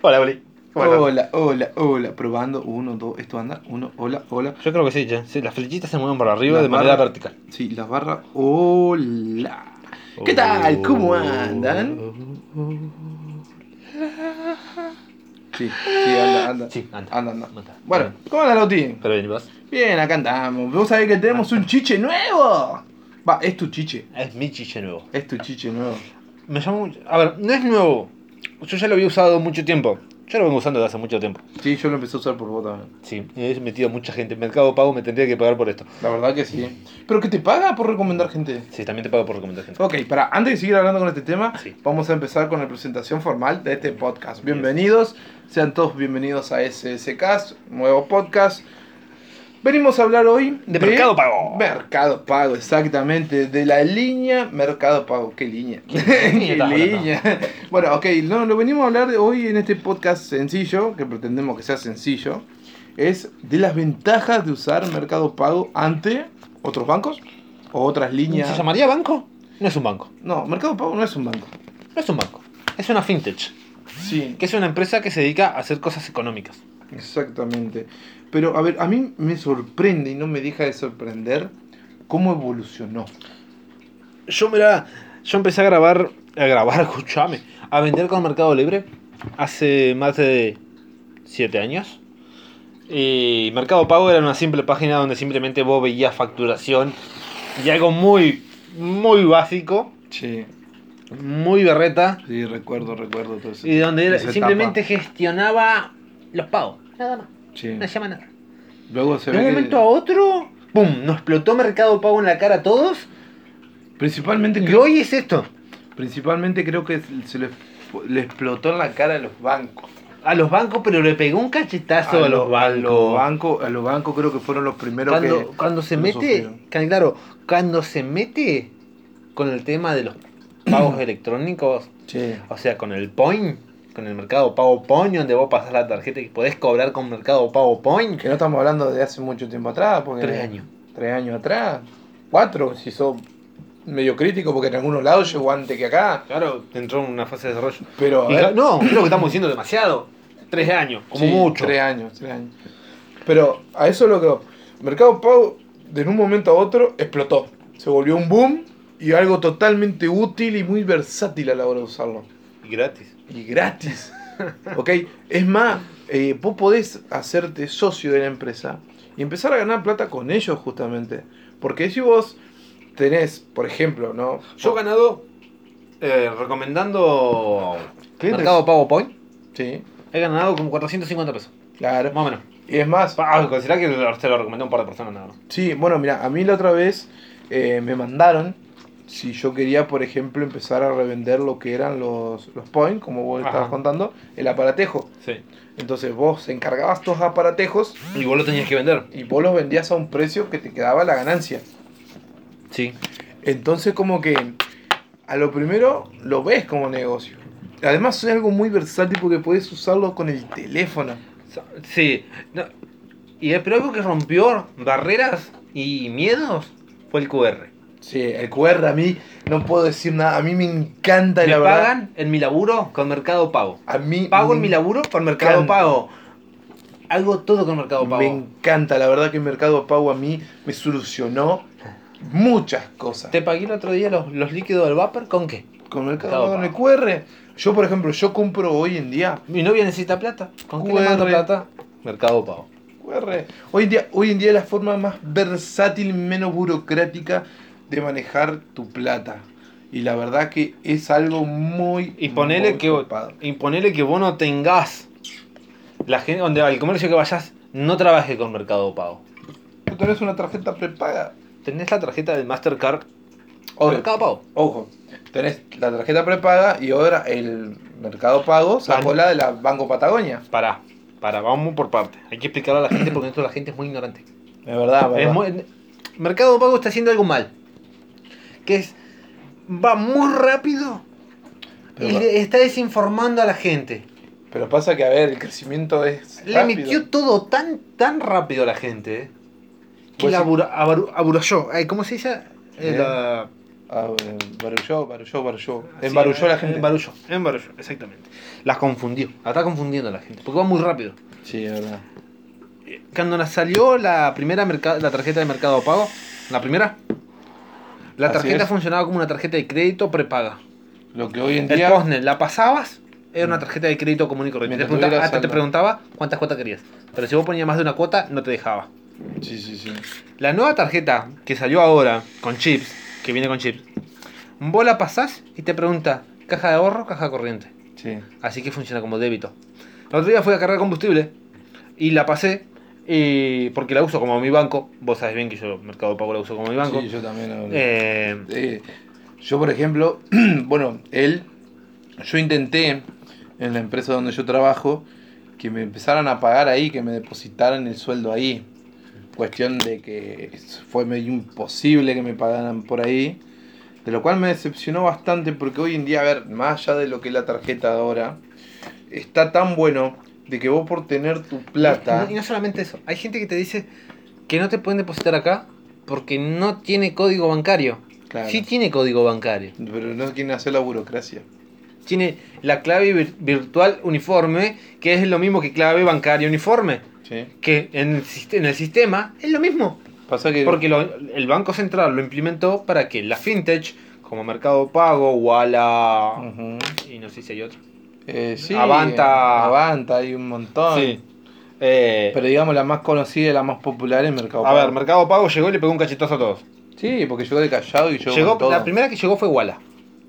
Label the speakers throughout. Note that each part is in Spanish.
Speaker 1: Hola, Oli. Bueno,
Speaker 2: Hola, hola, hola. Probando. Uno, dos. Esto anda. Uno, hola, hola.
Speaker 1: yo creo que sí, che. Sí, las flechitas se mueven para arriba
Speaker 2: Las
Speaker 1: de manera
Speaker 2: barras-
Speaker 1: vertical.
Speaker 2: Sí, las barras. Hola. ¿Qué tal?
Speaker 1: Uh, Oh.
Speaker 2: ¿Cómo andan? Sí, sí, anda, anda.
Speaker 1: Sí, anda.
Speaker 2: Anda, anda.
Speaker 1: Anda.
Speaker 2: Bueno, ¿cómo anda, Lauti?
Speaker 1: Pero bien, ¿y vos?
Speaker 2: Bien, acá andamos. Vos sabés que tenemos un chiche nuevo. Va, es tu chiche.
Speaker 1: Es mi chiche nuevo.
Speaker 2: Es tu chiche nuevo.
Speaker 1: Me llamo. A ver, no es nuevo. Yo ya lo había usado mucho tiempo. Yo lo vengo usando desde hace mucho tiempo.
Speaker 2: Sí, yo lo empecé a usar por vos también.
Speaker 1: Sí, he metido a mucha gente. Mercado Pago me tendría que pagar por esto.
Speaker 2: La verdad que sí. ¿Pero qué te paga por recomendar gente?
Speaker 1: Sí, también te pago por recomendación.
Speaker 2: Ok, para antes de seguir hablando con este tema,
Speaker 1: Sí.
Speaker 2: vamos a empezar con la presentación formal de este podcast. Bienvenidos, sean todos bienvenidos a SSCast, nuevo podcast. Venimos a hablar hoy
Speaker 1: De Mercado Pago.
Speaker 2: Mercado Pago, exactamente, de la línea Mercado Pago. ¿Qué línea?
Speaker 1: línea estás hablando?
Speaker 2: Bueno, ok, no, lo venimos a hablar de hoy en este podcast sencillo, que pretendemos que sea sencillo, es de las ventajas de usar Mercado Pago ante otros bancos o otras líneas.
Speaker 1: ¿Se llamaría banco? No es un banco.
Speaker 2: No, Mercado Pago no es un banco.
Speaker 1: No es un banco. Es una fintech.
Speaker 2: Sí,
Speaker 1: Que es una empresa que se dedica a hacer cosas económicas.
Speaker 2: exactamente. Pero a ver, a mí me sorprende y no me deja de sorprender cómo evolucionó.
Speaker 1: Yo, mira, yo empecé a grabar, a grabar, escúchame, a vender con Mercado Libre hace más de 7 años. Y Mercado Pago era una simple página donde simplemente vos veías facturación y algo muy, muy básico,
Speaker 2: Sí,
Speaker 1: muy berreta,
Speaker 2: sí, recuerdo, recuerdo todo eso.
Speaker 1: y donde era-
Speaker 2: esa etapa.
Speaker 1: simplemente gestionaba los pagos. Nada más,
Speaker 2: Sí.
Speaker 1: no hacía más nada.
Speaker 2: Luego Mm. se
Speaker 1: De un
Speaker 2: ve
Speaker 1: momento
Speaker 2: que,
Speaker 1: a otro, ¡pum! Nos explotó Mercado Pago en la cara a todos.
Speaker 2: principalmente,
Speaker 1: Y
Speaker 2: creo,
Speaker 1: hoy es esto.
Speaker 2: principalmente creo que se le, le explotó en la cara a los bancos.
Speaker 1: A los bancos, pero le pegó un cachetazo a, los
Speaker 2: lo- a
Speaker 1: bancos.
Speaker 2: los bancos. A los bancos creo que fueron los primeros
Speaker 1: cuando,
Speaker 2: que...
Speaker 1: cuando se
Speaker 2: lo
Speaker 1: mete,
Speaker 2: sufrieron.
Speaker 1: ca- claro, cuando se mete con el tema de los pagos electrónicos,
Speaker 2: Sí.
Speaker 1: o sea, con el point, con el mercado pago point, donde vos pasás la tarjeta y podés cobrar con mercado pago point,
Speaker 2: Que no estamos hablando de hace mucho tiempo atrás, porque...
Speaker 1: tres años.
Speaker 2: tres años atrás, cuatro, si sos medio crítico, porque en algunos lados llegó antes que acá.
Speaker 1: Claro, entró en una fase de desarrollo.
Speaker 2: Pero a
Speaker 1: Y
Speaker 2: ver,
Speaker 1: ca- no, creo que estamos diciendo demasiado. Tres años, como
Speaker 2: sí,
Speaker 1: mucho.
Speaker 2: Tres años, tres años. Pero a eso lo que. Mercado Pago, de un momento a otro, explotó. Se volvió un boom y algo totalmente útil y muy versátil a la hora de usarlo.
Speaker 1: Y gratis.
Speaker 2: Y gratis. ¿Ok? Es más, eh, vos podés hacerte socio de la empresa y empezar a ganar plata con ellos, justamente. Porque si vos tenés, por ejemplo, ¿no? Ah,
Speaker 1: Yo he ganado eh, recomendando
Speaker 2: ¿Clientes?
Speaker 1: mercado pago point.
Speaker 2: Sí,
Speaker 1: He ganado como 450 pesos.
Speaker 2: claro.
Speaker 1: Más o menos.
Speaker 2: Y es más,
Speaker 1: Ah, considera que se lo recomendé a un par de personas nada más.
Speaker 2: sí, bueno, mira, a mí la otra vez eh, me mandaron si yo quería, por ejemplo, empezar a revender lo que eran los, los points, como vos
Speaker 1: Ajá.
Speaker 2: estabas contando, el aparatejo.
Speaker 1: Sí.
Speaker 2: Entonces vos encargabas estos aparatejos
Speaker 1: Y vos lo tenías que vender.
Speaker 2: y vos los vendías a un precio que te quedaba la ganancia.
Speaker 1: Sí.
Speaker 2: Entonces como que a lo primero lo ves como negocio. Además es algo muy versátil porque puedes usarlo con el teléfono.
Speaker 1: Sí. No. Y el, pero algo que rompió barreras y miedos fue el QR.
Speaker 2: Sí, el QR a mí no puedo decir nada. A mí me encanta
Speaker 1: Me
Speaker 2: la verdad. Mm.
Speaker 1: pagan en mi laburo con Mercado Pago.
Speaker 2: A mí
Speaker 1: Pago en mi
Speaker 2: me
Speaker 1: laburo con Mercado
Speaker 2: encanta.
Speaker 1: Pago. Hago todo con Mercado
Speaker 2: Me
Speaker 1: Pago.
Speaker 2: encanta, la verdad que el Mercado Pago a mí me solucionó muchas cosas.
Speaker 1: Te pagué el otro día los, los líquidos del Vapor con qué?
Speaker 2: Con Mercado
Speaker 1: Mercado
Speaker 2: Pago, con el QR. Yo, por ejemplo, yo compro hoy en día
Speaker 1: Mi novia necesita plata. ¿Con qué le mando
Speaker 2: QR.
Speaker 1: plata? Mercado Pago.
Speaker 2: QR. Hoy en día, hoy en día es la forma más versátil y menos burocrática de manejar tu plata. Y la verdad que es algo muy
Speaker 1: Y ponele
Speaker 2: muy
Speaker 1: que, vos-
Speaker 2: copado.
Speaker 1: y ponele que vos no tengas la gente donde el comercio que vayas no trabaje con Mercado Pago.
Speaker 2: Tú tenés una tarjeta prepaga.
Speaker 1: Tenés la tarjeta de Mastercard
Speaker 2: Obvio.
Speaker 1: Mercado Pago.
Speaker 2: Ojo, tenés la tarjeta prepaga y ahora el Mercado Pago sacó
Speaker 1: Ban-
Speaker 2: la de la Banco Patagonia.
Speaker 1: Pará, pará, vamos por parte. Hay que explicarle a la gente porque esto la gente es muy ignorante.
Speaker 2: Es verdad,
Speaker 1: Es muy- Mercado Pago está haciendo algo mal. Que es. Va muy rápido
Speaker 2: Pero
Speaker 1: y
Speaker 2: va-
Speaker 1: le está desinformando a la gente.
Speaker 2: Pero pasa que, a ver, el crecimiento es
Speaker 1: Le
Speaker 2: rápido.
Speaker 1: metió todo tan, tan rápido a la gente. eh, Que
Speaker 2: Pues
Speaker 1: la
Speaker 2: sí.
Speaker 1: abura- abaru- aburalló. Ay, ¿Cómo se dice? Eh,
Speaker 2: Bien.
Speaker 1: La
Speaker 2: Ah, eh, Barulló, Barulló, Barulló.
Speaker 1: Así,
Speaker 2: Embarulló la
Speaker 1: eh,
Speaker 2: gente.
Speaker 1: Embarulló, embarulló, exactamente. Las confundió. La está confundiendo a la gente. Porque va muy rápido.
Speaker 2: Sí, es verdad.
Speaker 1: Eh, Cuando nos salió la primera merca- la tarjeta de mercado pago, la primera, la
Speaker 2: Así
Speaker 1: tarjeta
Speaker 2: es.
Speaker 1: funcionaba como una tarjeta de crédito prepaga.
Speaker 2: Lo que hoy en
Speaker 1: El
Speaker 2: día.
Speaker 1: postnet, la pasabas, era una tarjeta de crédito común y corriente. Te
Speaker 2: Mm. Mientras
Speaker 1: preguntaba-
Speaker 2: tuviera
Speaker 1: hasta te
Speaker 2: saldo.
Speaker 1: preguntaba cuántas cuotas querías. Pero si vos ponías más de una cuota, no te dejaba.
Speaker 2: Sí, sí, sí.
Speaker 1: La nueva tarjeta que salió ahora con chips, que viene con chips, vos la pasás y te pregunta caja de ahorro, caja corriente.
Speaker 2: Sí.
Speaker 1: Así que funciona como débito. El otro día fui a cargar combustible y la pasé y- porque la uso como mi banco. Vos sabés bien que yo Mercado Pago la uso como mi banco.
Speaker 2: Sí, yo también. lo-
Speaker 1: Eh,
Speaker 2: Eh, yo, por ejemplo, bueno, él, yo intenté en la empresa donde yo trabajo que me empezaran a pagar ahí, que me depositaran el sueldo ahí. Cuestión de que es- fue medio imposible que me pagaran por ahí. De lo cual me decepcionó bastante porque hoy en día, a ver, más allá de lo que es la tarjeta de ahora, está tan bueno de que vos por tener tu plata...
Speaker 1: no- Y no solamente eso, hay gente que te dice que no te pueden depositar acá porque no tiene código bancario.
Speaker 2: Claro.
Speaker 1: Sí tiene código bancario.
Speaker 2: Pero no quieren hacer la burocracia.
Speaker 1: Tiene la clave vir- virtual uniforme, que es lo mismo que clave bancaria uniforme.
Speaker 2: ¿sí?
Speaker 1: Que en el, sist- en el sistema es lo mismo.
Speaker 2: Pasa que...
Speaker 1: Porque lo- el Banco Central lo implementó para que la fintech, como Mercado Pago, Walla
Speaker 2: Ujú.
Speaker 1: y no sé si hay otro.
Speaker 2: Eh, sí,
Speaker 1: Avanta.
Speaker 2: Avanta, hay un montón.
Speaker 1: Eh,
Speaker 2: Pero digamos, la más conocida y la más popular es Mercado
Speaker 1: a
Speaker 2: Pago.
Speaker 1: ver, Mercado Pago llegó y le pegó un cachetazo a todos.
Speaker 2: Sí, porque llegó de Callao y llegó.
Speaker 1: Llegó,
Speaker 2: con todo.
Speaker 1: la primera que llegó fue Walla.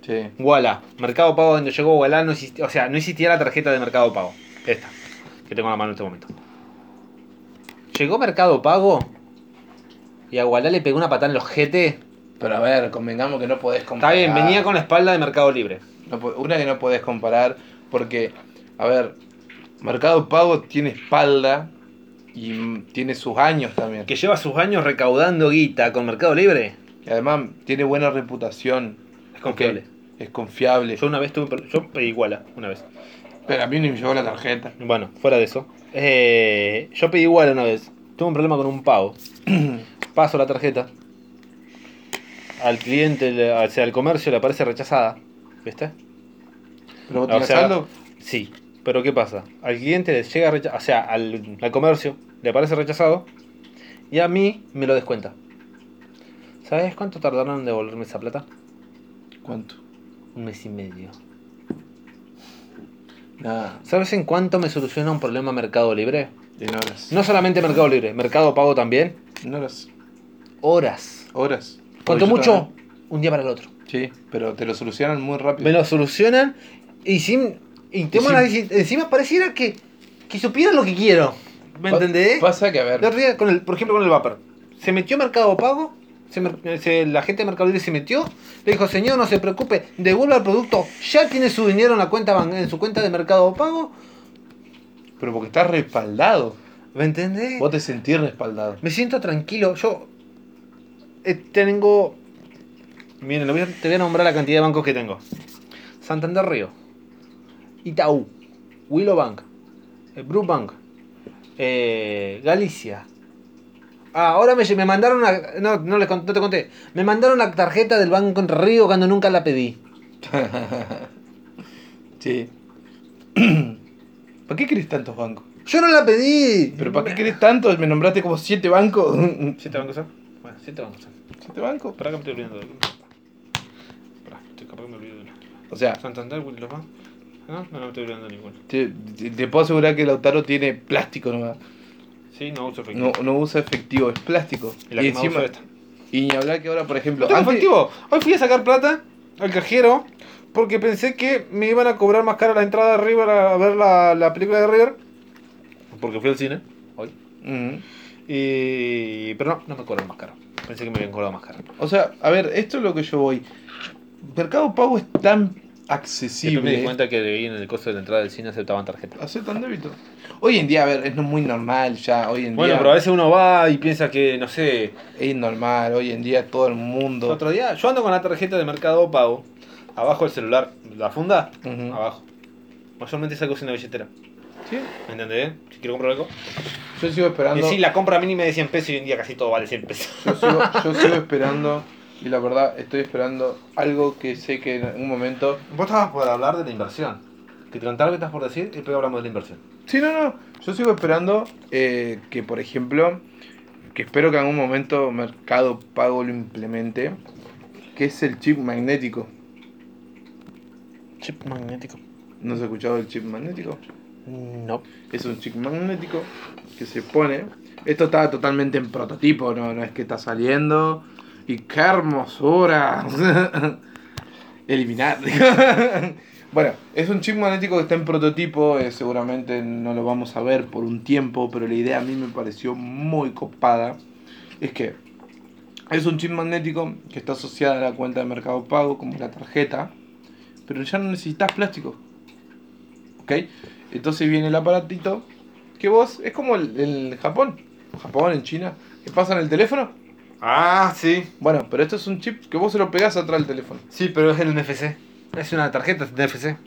Speaker 2: Sí.
Speaker 1: Walla, Mercado Pago, cuando llegó Walla, no existía, o sea, no existía la tarjeta de Mercado Pago. Esta, que tengo en la mano en este momento. Llegó Mercado Pago y a Walla le pegó una patada en los GT.
Speaker 2: Pero a ver, convengamos que no podés
Speaker 1: Está
Speaker 2: comparar.
Speaker 1: bien, venía con la espalda de Mercado Libre.
Speaker 2: No po- una que no podés comparar, porque, a ver, Mercado Pago tiene espalda y mm, tiene sus años también.
Speaker 1: Que lleva sus años recaudando guita con Mercado Libre.
Speaker 2: Y además, tiene buena reputación.
Speaker 1: Es confiable.
Speaker 2: Es confiable.
Speaker 1: Yo una vez tuve. un pro- Yo pedí Walla, una vez.
Speaker 2: Pero a mí ni me llegó la tarjeta.
Speaker 1: Bueno, fuera de eso. Eh, yo pedí Walla una vez. Tuve un problema con un pago. Paso la tarjeta. Al cliente, le- o sea, al comercio le aparece rechazada. ¿Viste?
Speaker 2: Pero vos
Speaker 1: O
Speaker 2: tenés
Speaker 1: sea,
Speaker 2: saldo.
Speaker 1: Sí. Pero ¿qué pasa? Al cliente le llega rechazado. O sea, al, al comercio le aparece rechazado. Y a mí me lo descuenta. ¿Sabes cuánto tardaron en devolverme esa plata?
Speaker 2: ¿Cuánto?
Speaker 1: Un mes y medio.
Speaker 2: Nada,
Speaker 1: ¿Sabes en cuánto me soluciona un problema Mercado Libre?
Speaker 2: en horas.
Speaker 1: No solamente Mercado Libre, Mercado Pago también.
Speaker 2: En horas.
Speaker 1: Horas.
Speaker 2: Horas.
Speaker 1: Cuanto
Speaker 2: Porque yo
Speaker 1: mucho,
Speaker 2: también-
Speaker 1: un día para el otro.
Speaker 2: Sí, pero te lo solucionan muy rápido.
Speaker 1: Me lo solucionan y sin. Y tengo
Speaker 2: sin-
Speaker 1: una- encima pareciera que, que supiera lo que quiero. ¿Me
Speaker 2: Pa-
Speaker 1: entendés?
Speaker 2: Pasa que, a
Speaker 1: El
Speaker 2: ver,
Speaker 1: otro día, con el, por ejemplo, con el Vapor. Se metió Mercado Pago. se mer- se- la gente de Mercado Libre se metió. Le dijo, señor, no se preocupe, devuelva el producto. Ya tiene su dinero en, la cuenta, ban- en su cuenta de Mercado Pago.
Speaker 2: pero porque estás respaldado.
Speaker 1: ¿Me entendés?
Speaker 2: Vos te sentís respaldado.
Speaker 1: Me siento tranquilo. Yo eh, tengo. Miren, lo voy a- te voy a nombrar la cantidad de bancos que tengo: Santander Río, Itaú, Willow Bank, eh, Brook Bank, eh, Galicia. Ah, ahora me, lle- me mandaron una. No, no, les con- no te conté. Me mandaron la tarjeta del Banco en Río cuando nunca la pedí.
Speaker 2: Sí. ¿Para qué querés tantos bancos?
Speaker 1: Yo no la pedí.
Speaker 2: ¿Pero para qué querés tantos? Me nombraste como siete bancos.
Speaker 1: ¿Siete bancos son? Bueno, siete bancos son.
Speaker 2: ¿Siete bancos?
Speaker 1: Espera que me estoy olvidando de uno. Espera, estoy capaz que me olvido de uno.
Speaker 2: O sea,
Speaker 1: Santander, Willow Bank. No, no, no me estoy olvidando de ninguno.
Speaker 2: te, te- te puedo asegurar que Lautaro tiene plástico nomás.
Speaker 1: Sí, no uso efectivo.
Speaker 2: No, no usa efectivo, es plástico.
Speaker 1: Y la que más uso esta.
Speaker 2: Y ni hablar que ahora, por ejemplo.
Speaker 1: No tengo
Speaker 2: antes-
Speaker 1: efectivo. Hoy fui a sacar plata al cajero porque pensé que me iban a cobrar más cara la entrada de River a ver la, la película de River. Porque fui al cine hoy.
Speaker 2: Ujú.
Speaker 1: Y... Pero no, no me cobraron más caro. Pensé que me habían cobrado más caro.
Speaker 2: O sea, a ver, esto es lo que yo voy. Mercado Pago es tan accesible.
Speaker 1: Después me di cuenta que ahí en el costo de la entrada del cine aceptaban tarjeta.
Speaker 2: aceptan débito. Hoy en día, a ver, es no muy normal ya, hoy en
Speaker 1: Bueno,
Speaker 2: día
Speaker 1: pero a veces uno va y piensa que, no sé,
Speaker 2: es normal, hoy en día todo el
Speaker 1: El
Speaker 2: mundo
Speaker 1: otro día, yo ando con la tarjeta de Mercado Pago, abajo del celular, la funda,
Speaker 2: Ujú.
Speaker 1: abajo. Mayormente saco sin la billetera,
Speaker 2: Sí,
Speaker 1: ¿me entendés? Si quiero comprar algo.
Speaker 2: yo sigo
Speaker 1: Y
Speaker 2: esperando
Speaker 1: sí, la compra mínima es de 100 pesos y hoy en día casi todo vale 100 pesos.
Speaker 2: yo, sigo, yo sigo esperando y la verdad estoy esperando algo que sé que en algún momento...
Speaker 1: Vos estabas por hablar de la inversión. Que te contaba que estás por decir y después hablamos de la inversión.
Speaker 2: Sí, no, no, yo sigo esperando eh, que, por ejemplo, que espero que en algún momento Mercado Pago lo implemente, que es el chip magnético.
Speaker 1: Chip magnético.
Speaker 2: ¿No has escuchado el chip magnético?
Speaker 1: No.
Speaker 2: Es un chip magnético que se pone. Esto está totalmente en prototipo, no, no es que está saliendo. Y qué hermosura. Eliminar. bueno, es un chip magnético que está en prototipo. eh, seguramente no lo vamos a ver por un tiempo, pero la idea a mí me pareció muy copada. Es que es un chip magnético que está asociado a la cuenta de Mercado Pago como la tarjeta, pero ya no necesitas plástico. ¿Ok? Entonces viene el aparatito que vos, es como el, el Japón, Japón, en China, que pasan el teléfono.
Speaker 1: Ah, sí.
Speaker 2: Bueno, pero esto es un chip que vos se lo pegás atrás del teléfono.
Speaker 1: Sí, pero es el NFC. Es una tarjeta NFC.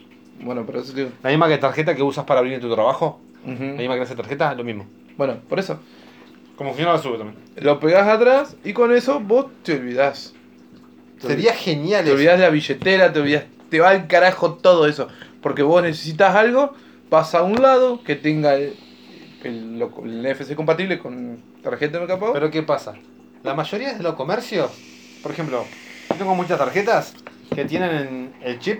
Speaker 2: Bueno, pero eso te digo.
Speaker 1: La misma que tarjeta que usas para abrir tu trabajo.
Speaker 2: Ujú.
Speaker 1: La misma que esa tarjeta, lo mismo.
Speaker 2: Bueno, por eso.
Speaker 1: Como funciona la sube también.
Speaker 2: Lo pegás atrás y con eso vos te olvidás. Te
Speaker 1: Sería
Speaker 2: olvidás-
Speaker 1: genial
Speaker 2: Te
Speaker 1: eso.
Speaker 2: olvidás la billetera, te olvidás. Te va al carajo todo eso. Porque vos necesitas algo, vas a un lado que tenga el, el, lo- el NFC compatible con tarjeta de Mercado Pago.
Speaker 1: Pero ¿qué pasa? La mayoría de los comercios, por ejemplo, yo tengo muchas tarjetas que tienen el chip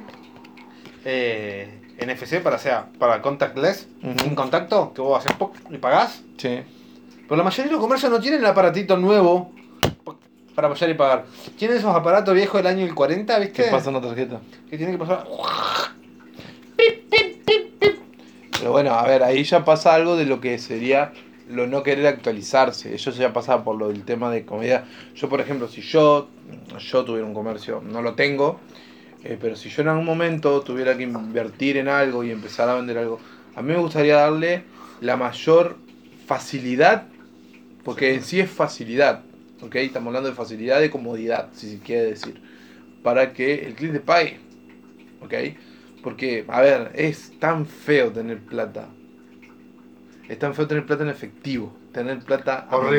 Speaker 1: eh, NFC para sea para contactless,
Speaker 2: Ujú.
Speaker 1: un contacto que vos haces pop y pagás.
Speaker 2: Sí.
Speaker 1: Pero la mayoría de los comercios no tienen el aparatito nuevo poc, para apoyar y pagar. Tienen esos aparatos viejos del año del 40, ¿viste?
Speaker 2: ¿Qué pasa una tarjeta?
Speaker 1: Que tienen que pasar.
Speaker 2: Pero bueno, a ver, ahí ya pasa algo de lo que sería lo no querer actualizarse. Ellos ya pasaba por lo del tema de comida. Yo, por ejemplo, si yo, yo tuviera un comercio, no lo tengo, eh, pero si yo en algún momento tuviera que invertir en algo y empezar a vender algo, a mí me gustaría darle la mayor facilidad, porque en sí es facilidad, ¿ok? Estamos hablando de facilidad, de comodidad, si se quiere decir, para que el cliente pague, ¿ok? Porque, a ver, es tan feo tener plata. Es tan feo tener plata en efectivo. Tener plata. a mano.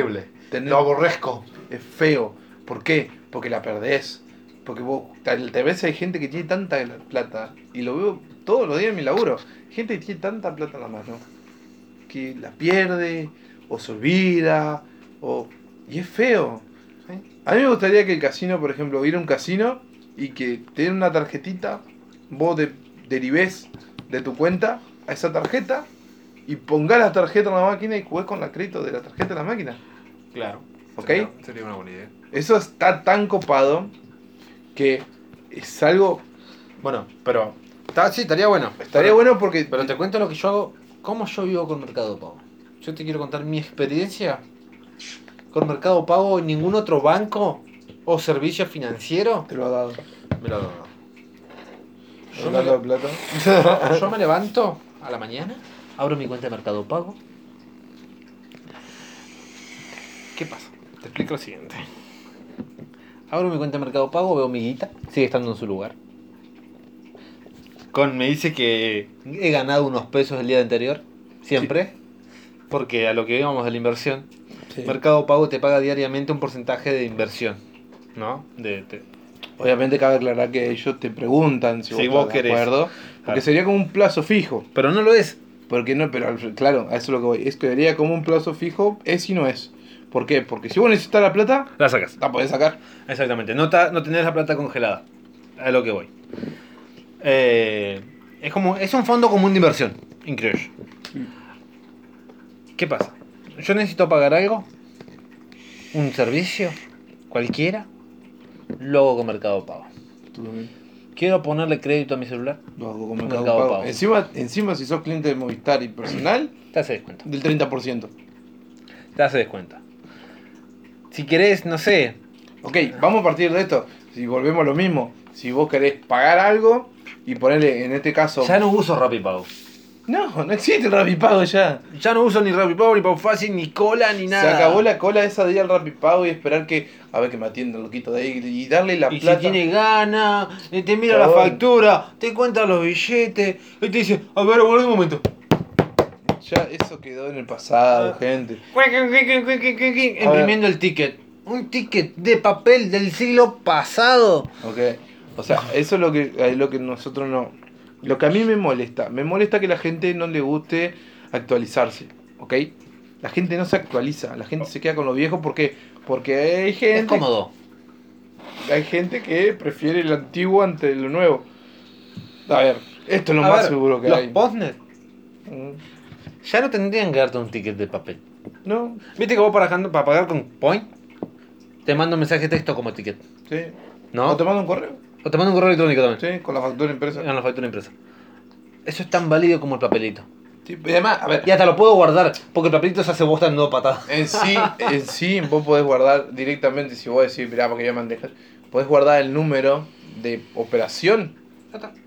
Speaker 2: Tener-
Speaker 1: aborrezco.
Speaker 2: es feo. ¿Por qué? Porque la perdés. Porque vos, tal, tal vez hay gente que tiene tanta plata, y lo veo todos los días en mi laburo, gente que tiene tanta plata en la mano, que la pierde, o se olvida, o... Y es feo.
Speaker 1: Sí.
Speaker 2: A mí me gustaría que el casino, por ejemplo, ir a un casino y que te den una tarjetita, vos de, derivés de tu cuenta a esa tarjeta, y pongas la tarjeta en la máquina y jugués con la crédito de la tarjeta en la máquina.
Speaker 1: Claro.
Speaker 2: Ok.
Speaker 1: Sería- Sería una buena idea.
Speaker 2: Eso está tan copado que es algo.
Speaker 1: Bueno, pero. está- sí, estaría bueno.
Speaker 2: Estaría bueno porque.
Speaker 1: Pero te cuento lo que yo hago, cómo yo vivo con Mercado Pago. Yo te quiero contar mi experiencia con Mercado Pago. Ningún otro banco o servicio financiero
Speaker 2: te lo ha dado.
Speaker 1: me lo ha dado. Yo me,
Speaker 2: Hablando de plata.
Speaker 1: yo me levanto a la mañana, abro mi cuenta de Mercado Pago. ¿Qué pasa? Te explico lo siguiente. Abro mi cuenta de Mercado Pago, veo mi guita, sigue estando en su lugar. Con me dice que he ganado unos pesos el día anterior, siempre, porque a lo que íbamos de la inversión, Mercado Pago te paga diariamente un porcentaje de inversión, ¿no? De, te-
Speaker 2: Obviamente cabe aclarar que ellos te preguntan si,
Speaker 1: Si
Speaker 2: vos,
Speaker 1: vos
Speaker 2: estás de
Speaker 1: querés.
Speaker 2: acuerdo. Porque
Speaker 1: Claro.
Speaker 2: sería como un plazo fijo.
Speaker 1: Pero no lo es.
Speaker 2: Porque no, pero al- claro, a eso es lo que voy. Es que sería como un plazo fijo, es y no es. ¿Por qué? Porque si vos necesitas la plata,
Speaker 1: La sacas.
Speaker 2: la podés sacar.
Speaker 1: Exactamente, no, ta- no tenés la plata congelada. A lo que voy. Eh, es como es un fondo común de inversión, increíble. ¿Qué pasa? Yo necesito pagar algo, un servicio, cualquiera, lo hago con Mercado Pago.
Speaker 2: Tú también.
Speaker 1: Quiero ponerle crédito a mi celular,
Speaker 2: Lo hago con
Speaker 1: Mercado
Speaker 2: Mercado Pago.
Speaker 1: Pago.
Speaker 2: Encima, encima, si sos cliente de Movistar y personal,
Speaker 1: te hace descuento.
Speaker 2: del 30%.
Speaker 1: Te hace descuento. Si querés, no sé,
Speaker 2: Ok, vamos a partir de esto. Si volvemos a lo mismo, si vos querés pagar algo y ponerle, en este caso.
Speaker 1: ya no uso Rappi Pago.
Speaker 2: No, no existe el rapipago ya.
Speaker 1: Ya no uso ni Rappi Pago, ni Pago Fácil, ni Cola, ni nada.
Speaker 2: Se acabó la cola esa de ir al rapipago y esperar que. A ver que me atienda el loquito de ahí y darle la
Speaker 1: y
Speaker 2: plata.
Speaker 1: si tiene gana, y te mira la
Speaker 2: Chabón.
Speaker 1: factura, te cuenta los billetes, y te dice, a ver, guarda un momento.
Speaker 2: Ya eso quedó en el pasado,
Speaker 1: Ah.
Speaker 2: gente.
Speaker 1: Imprimiendo el ticket. un ticket de papel del siglo pasado.
Speaker 2: Ok. O sea, eso es lo que, es lo que nosotros no. Lo que a mí me molesta. Me molesta que la gente no le guste actualizarse. ¿Ok? La gente no se actualiza. La gente se queda con lo viejo porque, porque hay gente.
Speaker 1: Es cómodo.
Speaker 2: Hay gente que prefiere lo antiguo ante lo nuevo. A ver, esto es lo
Speaker 1: A
Speaker 2: más
Speaker 1: ver,
Speaker 2: seguro que
Speaker 1: los
Speaker 2: hay.
Speaker 1: postnet
Speaker 2: Mm,
Speaker 1: ya no tendrían que darte un ticket de papel.
Speaker 2: No,
Speaker 1: Viste que vos para, jan- para pagar con Point te mando un mensaje de texto como ticket.
Speaker 2: sí.
Speaker 1: ¿No?
Speaker 2: ¿O te mando un correo?
Speaker 1: O te mando un correo electrónico también.
Speaker 2: Sí, con la factura impresa.
Speaker 1: En la factura impresa. Eso es tan válido como el papelito.
Speaker 2: Sí, y además, a ver,
Speaker 1: Y hasta lo puedo guardar, porque el papelito se hace bosta en dos patadas.
Speaker 2: En sí, en sí, vos podés guardar directamente, si vos decís, mirá, porque ya me han dejado", podés guardar el número de operación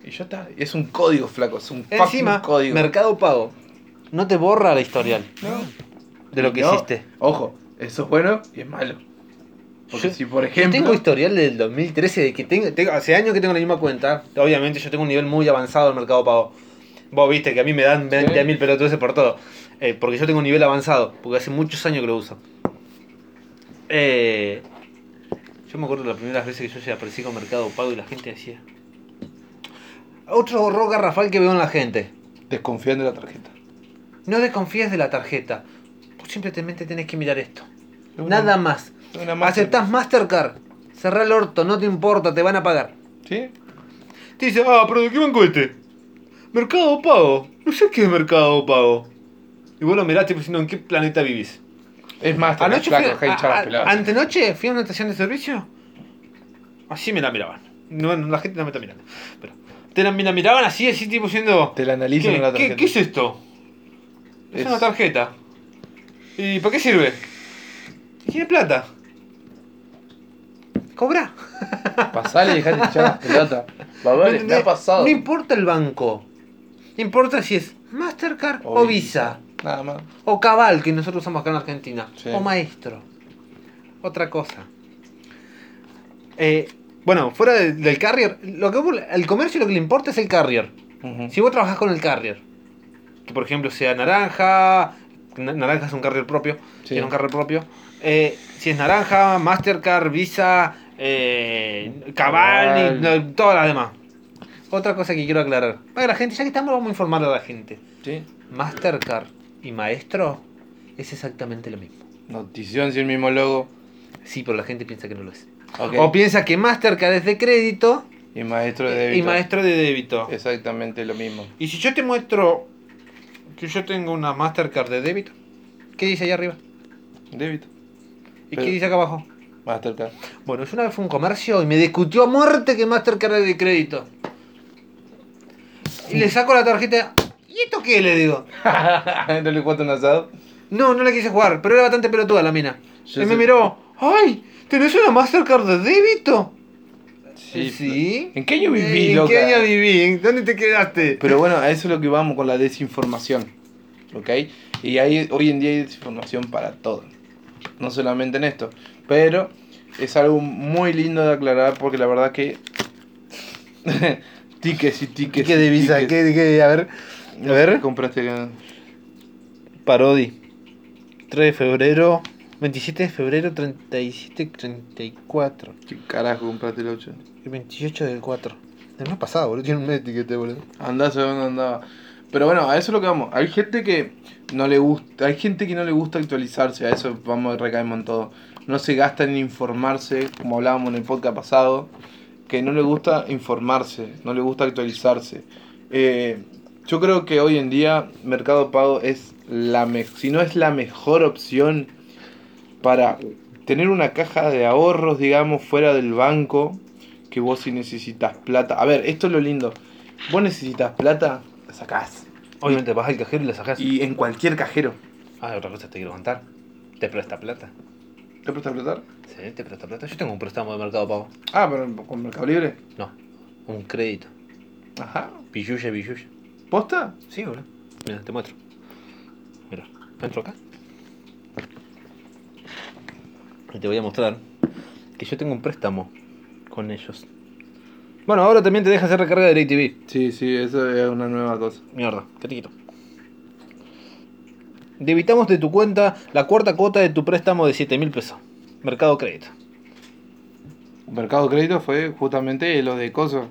Speaker 2: y ya está. Es un código, flaco, es un fucking
Speaker 1: Encima,
Speaker 2: código.
Speaker 1: Mercado Pago no te borra la historial
Speaker 2: No.
Speaker 1: de lo que
Speaker 2: No,
Speaker 1: hiciste.
Speaker 2: Ojo, eso es bueno y es malo. Porque
Speaker 1: Yo-
Speaker 2: si, por
Speaker 1: Yo
Speaker 2: ejemplo,
Speaker 1: tengo historial del 2013, de que tengo, tengo- hace años que tengo la misma cuenta. Obviamente yo tengo un nivel muy avanzado del mercado pago. Vos viste que a mí me dan 20 a mil pelotudeces por todo. Eh, porque yo tengo un nivel avanzado, porque hace muchos años que lo uso. Eh, yo me acuerdo de las primeras veces que yo se aparecí con mercado pago y la gente decía... Otro horror garrafal que veo en la gente.
Speaker 2: desconfían de la tarjeta.
Speaker 1: No desconfíes de la tarjeta. Vos simplemente tenés que mirar esto.
Speaker 2: Una-
Speaker 1: Nada más.
Speaker 2: una master-
Speaker 1: Aceptás Mastercard. Cerrá el orto, no te importa, te van a pagar.
Speaker 2: ¿Sí?
Speaker 1: Te dice, ah, pero ¿de qué banco este? Mercado Pago. No sé qué es Mercado Pago. Y vos lo mirás tipo diciendo, ¿en qué planeta vivís?
Speaker 2: Es más,
Speaker 1: Anoche fui,
Speaker 2: flaco,
Speaker 1: a-
Speaker 2: hey, chavas,
Speaker 1: a-
Speaker 2: peladas.
Speaker 1: antenoche fui a una estación de servicio. Así me la miraban. No, no, la gente no me está mirando. Pero te la, me la miraban así, así tipo siendo...
Speaker 2: Te la analizan
Speaker 1: ¿Qué,
Speaker 2: en la
Speaker 1: qué-
Speaker 2: tarjeta.
Speaker 1: qué es esto? Es,
Speaker 2: Es-
Speaker 1: una tarjeta. ¿Y para qué sirve? Tiene plata. Cobra.
Speaker 2: Pasale y dejate hinchar las pelotas.
Speaker 1: ¿No
Speaker 2: Babales, me
Speaker 1: entendés?
Speaker 2: ha pasado.
Speaker 1: No importa el banco. No importa si es Mastercard o, Visa.
Speaker 2: Nada más.
Speaker 1: O Cabal, que nosotros usamos acá en Argentina.
Speaker 2: Sí.
Speaker 1: O Maestro. Otra cosa. Eh, bueno, fuera de- del carrier, lo que vos- el comercio lo que le importa es el carrier.
Speaker 2: Ujú.
Speaker 1: Si vos trabajás con el carrier, que por ejemplo sea naranja, na- naranja es un carrier propio,
Speaker 2: Sí.
Speaker 1: tiene un carrier propio. eh, si es naranja, Mastercard, Visa, eh, Cabal y
Speaker 2: Cabal.
Speaker 1: no, todas las demás. Otra cosa que quiero aclarar. Para la gente, ya que estamos, vamos a informar a la gente.
Speaker 2: Sí.
Speaker 1: Mastercard y Maestro es exactamente lo mismo.
Speaker 2: Notición si el mismo logo.
Speaker 1: Sí, pero la gente piensa que no lo es.
Speaker 2: Ok.
Speaker 1: O piensa que Mastercard es de crédito
Speaker 2: Y maestro de
Speaker 1: y
Speaker 2: débito.
Speaker 1: Maestro de débito.
Speaker 2: Exactamente lo mismo.
Speaker 1: Y si yo te muestro que yo tengo una Mastercard de débito, ¿qué dice ahí arriba?
Speaker 2: Débito.
Speaker 1: ¿Y
Speaker 2: Pero-
Speaker 1: qué dice acá abajo?
Speaker 2: Mastercard.
Speaker 1: Bueno, yo una vez fui a un comercio y me discutió a muerte que Mastercard es de crédito. Y le saco la tarjeta. ¿Y esto qué? Le digo.
Speaker 2: no le cuento un asado.
Speaker 1: No, no la quise jugar, pero era bastante pelotuda la mina.
Speaker 2: Yo
Speaker 1: y me
Speaker 2: sé-
Speaker 1: miró. ¡Ay! ¿Tenés una Mastercard de débito? Sí. Eh,
Speaker 2: ¿En qué año viví,
Speaker 1: ¿En
Speaker 2: loca?
Speaker 1: qué año viví? ¿En dónde te quedaste?
Speaker 2: Pero bueno, a eso es lo que vamos con la desinformación. ¿Ok? Y hay, hoy en día hay desinformación para todo. No solamente en esto. Pero es algo muy lindo de aclarar porque la verdad que. tickets y tickets.
Speaker 1: ¿Qué
Speaker 2: y
Speaker 1: divisa?
Speaker 2: tickets.
Speaker 1: ¿Qué, qué? A ver. A ver.
Speaker 2: Compraste. eh,
Speaker 1: Parodi. 3 de febrero. 27 de febrero, 37, 34.
Speaker 2: ¿Qué carajo compraste el 8?
Speaker 1: El 28 del 4. El mes pasado, boludo. Tiene un mes de etiquete, boludo.
Speaker 2: Andás a dónde andaba. Pero bueno, a eso es lo que vamos. Hay gente que no le gusta, hay gente que no le gusta actualizarse, a eso vamos recaemos en todo. No se gasta en informarse, como hablábamos en el podcast pasado, que no le gusta informarse, no le gusta actualizarse. Eh, yo creo que hoy en día Mercado Pago es la me- si no es la mejor opción para tener una caja de ahorros, digamos, fuera del banco, que vos si necesitas plata. A ver, esto es lo lindo. Vos necesitas plata, la sacás.
Speaker 1: Obviamente vas al cajero y la sacás.
Speaker 2: Y en cualquier cajero.
Speaker 1: Ah, otra cosa te quiero contar. Te presta plata.
Speaker 2: ¿Te prestas plata?
Speaker 1: Sí, te presta plata. Yo tengo un préstamo de mercado pago.
Speaker 2: Ah, pero con Mercado Libre.
Speaker 1: No, un crédito.
Speaker 2: Ajá.
Speaker 1: Pilluya, pilluya.
Speaker 2: ¿Posta?
Speaker 1: Sí, boludo. Mira, te muestro. Mira, entro acá. Y te voy a mostrar que yo tengo un préstamo con ellos. Bueno, ahora también te deja hacer recarga de DirecTV.
Speaker 2: Sí, sí, eso es una nueva cosa.
Speaker 1: Mierda, que te quito. Debitamos de tu cuenta la cuarta cuota de tu préstamo de 7 mil pesos. Mercado Crédito.
Speaker 2: Mercado de crédito fue justamente lo de cosas.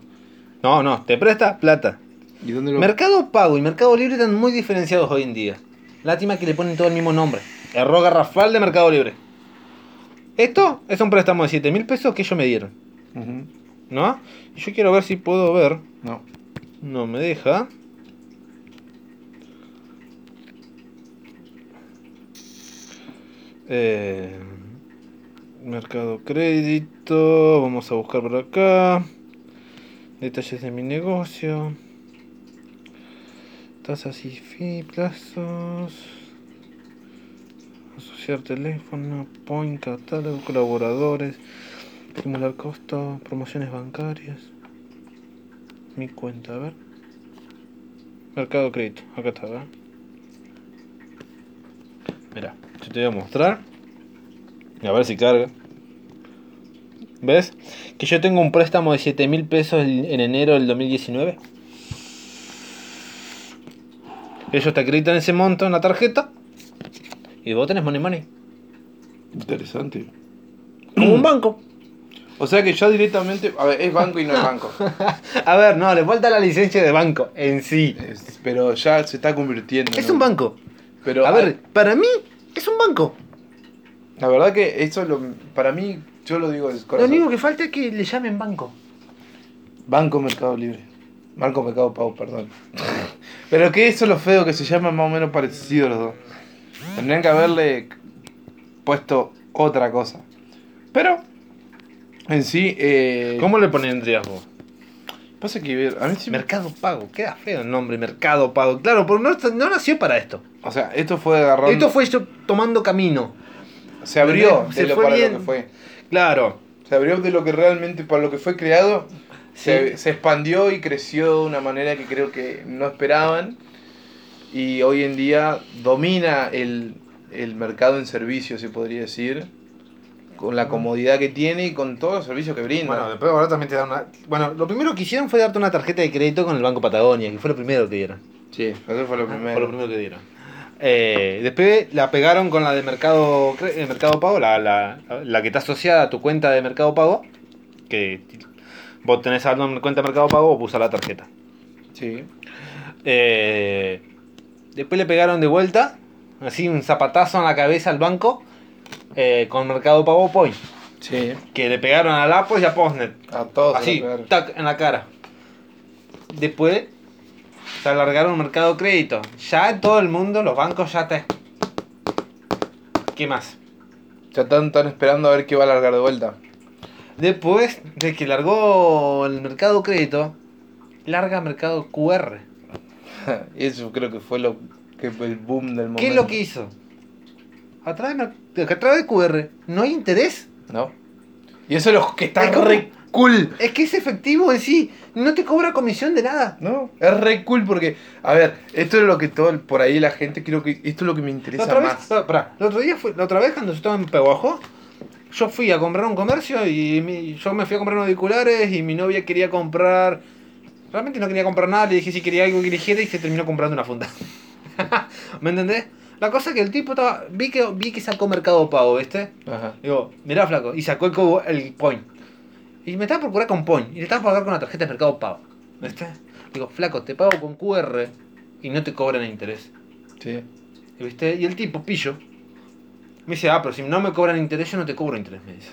Speaker 1: No, no, te presta plata.
Speaker 2: ¿Y dónde lo.?
Speaker 1: Mercado Pago y Mercado Libre están muy diferenciados hoy en día. Lástima que le ponen todo el mismo nombre. Error garrafal de Mercado Libre. Esto es un préstamo de 7 mil pesos que ellos me dieron.
Speaker 2: Ujú.
Speaker 1: ¿No? Y Yo quiero ver si puedo ver.
Speaker 2: No.
Speaker 1: No me deja. Eh, mercado crédito. Vamos a buscar por acá. Detalles de mi negocio. Tasas y fi, plazos. Asociar teléfono, point, catálogo, colaboradores. Simular costos, promociones bancarias. Mi cuenta, a ver. Mercado Crédito, acá está, ¿verdad? Mira, yo te voy a mostrar. A ver si carga. ¿Ves? Que yo tengo un préstamo de 7 mil pesos en en enero del 2019. Ellos te acreditan ese monto en la tarjeta. Y vos tenés money money.
Speaker 2: Interesante.
Speaker 1: Como un banco.
Speaker 2: O sea que yo directamente. A ver, es banco y no es banco.
Speaker 1: A ver, no, le falta la licencia de banco en sí.
Speaker 2: Es- pero ya se está convirtiendo.
Speaker 1: Es
Speaker 2: ¿no?
Speaker 1: un banco.
Speaker 2: Pero,
Speaker 1: a ver, para mí es un banco.
Speaker 2: La verdad que eso lo, para mí, yo lo digo del
Speaker 1: Lo
Speaker 2: corazón.
Speaker 1: único que falta es que le llamen banco.
Speaker 2: Banco Mercado Libre. Banco Mercado Pago, perdón. Pero que eso es lo feo que se llama más o menos parecido los dos. Tendrían que haberle puesto otra cosa. Pero, en sí, eh,
Speaker 1: ¿Cómo le pondrías vos?
Speaker 2: Pasa que a mí sí me-
Speaker 1: Mercado Pago. Queda feo el nombre, Mercado Pago. Claro, porque no, no nació para esto.
Speaker 2: O sea, esto fue agarrando.
Speaker 1: Esto fue yo tomando camino.
Speaker 2: se abrió
Speaker 1: Se
Speaker 2: de lo,
Speaker 1: fue
Speaker 2: para
Speaker 1: bien.
Speaker 2: lo que fue.
Speaker 1: Claro.
Speaker 2: Se abrió de lo que realmente, para lo que fue creado.
Speaker 1: Sí.
Speaker 2: Se, se expandió y creció de una manera que creo que no esperaban. Y hoy en día domina el, el mercado en servicios, se podría decir. Con la comodidad que tiene y con todos los servicios que brinda.
Speaker 1: Bueno, después ahora también te dan una... Bueno, lo primero que hicieron fue darte una tarjeta de crédito con el Banco Patagonia, que fue lo primero que dieron.
Speaker 2: sí, eso fue lo primero.
Speaker 1: Fue lo primero que dieron. Eh, después la pegaron con la de Mercado, Cre- eh, mercado Pago, la, la- la que está asociada a tu cuenta de Mercado Pago, que vos tenés algo en cuenta de Mercado Pago, vos usás la tarjeta.
Speaker 2: Sí.
Speaker 1: Eh, después le pegaron de vuelta, así un zapatazo en la cabeza al banco, eh, con Mercado Pago Point.
Speaker 2: Sí.
Speaker 1: Que le pegaron a Lapos y a Postnet.
Speaker 2: A todos. se
Speaker 1: Así,
Speaker 2: lo pegaron.
Speaker 1: tac, en la cara. Después se alargaron Mercado Crédito. Ya en todo el mundo los bancos ya te... ¿Qué más?
Speaker 2: Ya están, están esperando a ver qué va a largar de vuelta.
Speaker 1: Después de que largó el Mercado Crédito, larga Mercado QR.
Speaker 2: eso creo que fue lo que fue el boom del momento.
Speaker 1: ¿Qué es lo que hizo? A través, de- a través de QR no hay interés.
Speaker 2: ¿No? Y eso es lo que está
Speaker 1: Es como-
Speaker 2: re cool.
Speaker 1: Es que es efectivo en sí. No te cobra comisión de nada.
Speaker 2: No, es re cool porque, a ver, esto es lo que todo, el- por ahí la gente, creo que esto es lo que me
Speaker 1: La
Speaker 2: interesa
Speaker 1: otra, vez,
Speaker 2: más.
Speaker 1: no, pará. la otra día fue- la otra vez cuando yo estaba en Peguajó, yo fui a comprar a un comercio y mi- yo me fui a comprar unos auriculares y mi novia quería comprar... Realmente no quería comprar nada, le dije si quería algo que eligiera y se terminó comprando una funda. ¿Me entendés? La cosa es que el tipo estaba... Vi que, vi que sacó Mercado Pago, ¿viste?
Speaker 2: Ajá.
Speaker 1: Digo, mirá flaco, y sacó el, cobo- el point. Y me estaba por curar con point, y le estaba por pagar con la tarjeta de mercado pago. ¿Viste? Digo, flaco, te pago con QR y no te cobran interés.
Speaker 2: Sí.
Speaker 1: ¿Y ¿Viste? Y el tipo, pillo, me dice, ah, pero si no me cobran interés, yo no te cobro interés, me dice.